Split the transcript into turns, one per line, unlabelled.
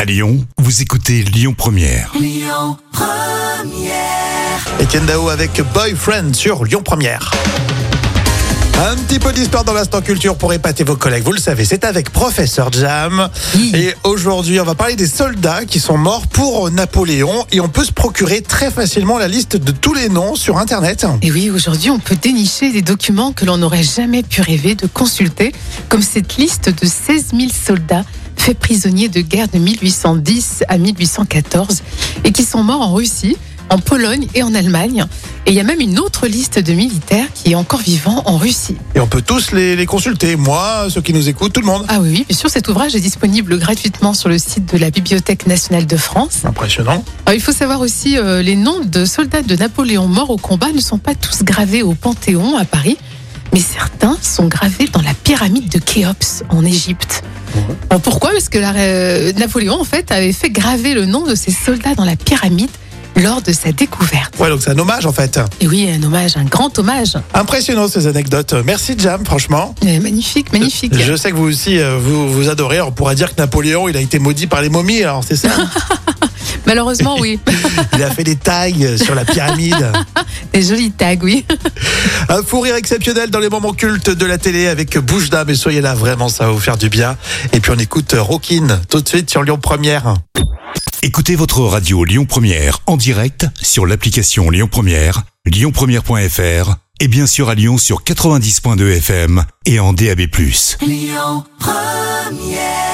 À Lyon, vous écoutez Lyon Première.
Etienne Dao avec Boyfriend sur Lyon Première. Un petit peu d'histoire dans l'instant culture pour épater vos collègues. Vous le savez, c'est avec Professeur Jam. Et aujourd'hui, on va parler des soldats qui sont morts pour Napoléon. Et on peut se procurer très facilement la liste de tous les noms sur Internet.
Et oui, aujourd'hui, on peut dénicher des documents que l'on n'aurait jamais pu rêver de consulter, comme cette liste de 16 000 soldats faits prisonniers de guerre de 1810 à 1814 et qui sont morts en Russie, en Pologne et en Allemagne. Et il y a même une autre liste de militaires qui est encore vivant en Russie.
Et on peut tous les, les consulter. Moi, ceux qui nous écoutent, tout le monde.
Ah oui, oui, bien sûr, cet ouvrage est disponible gratuitement sur le site de la Bibliothèque nationale de France.
Impressionnant.
Alors, Ah, il faut savoir aussi, euh, les noms de soldats de Napoléon morts au combat ne sont pas tous gravés au Panthéon à Paris, mais certains sont gravés dans la pyramide de Khéops en Égypte. Alors, pourquoi Parce que la- euh, Napoléon, en fait, avait fait graver le nom de ses soldats dans la pyramide lors de sa découverte.
Ouais, donc c'est un hommage en fait.
Et oui, un hommage, un grand hommage.
Impressionnant ces anecdotes. Merci Jam, franchement.
Euh, magnifique, magnifique.
Je sais que vous aussi, euh, vous, vous adorez. On pourra dire que Napoléon, il a été maudit par les momies, alors c'est ça.
Malheureusement, oui.
Il a fait des tailles sur la pyramide.
Des jolis tags, oui.
Un fou rire exceptionnel dans les moments cultes de la télé avec Bouche d'âme et soyez là, vraiment, ça va vous faire du bien. Et puis on écoute Rockin tout de suite sur Lyon Première.
Écoutez votre radio Lyon Première en direct sur l'application Lyon Première, lyonpremière.fr et bien sûr à Lyon sur 90.2 FM et en DAB+.
Lyon Première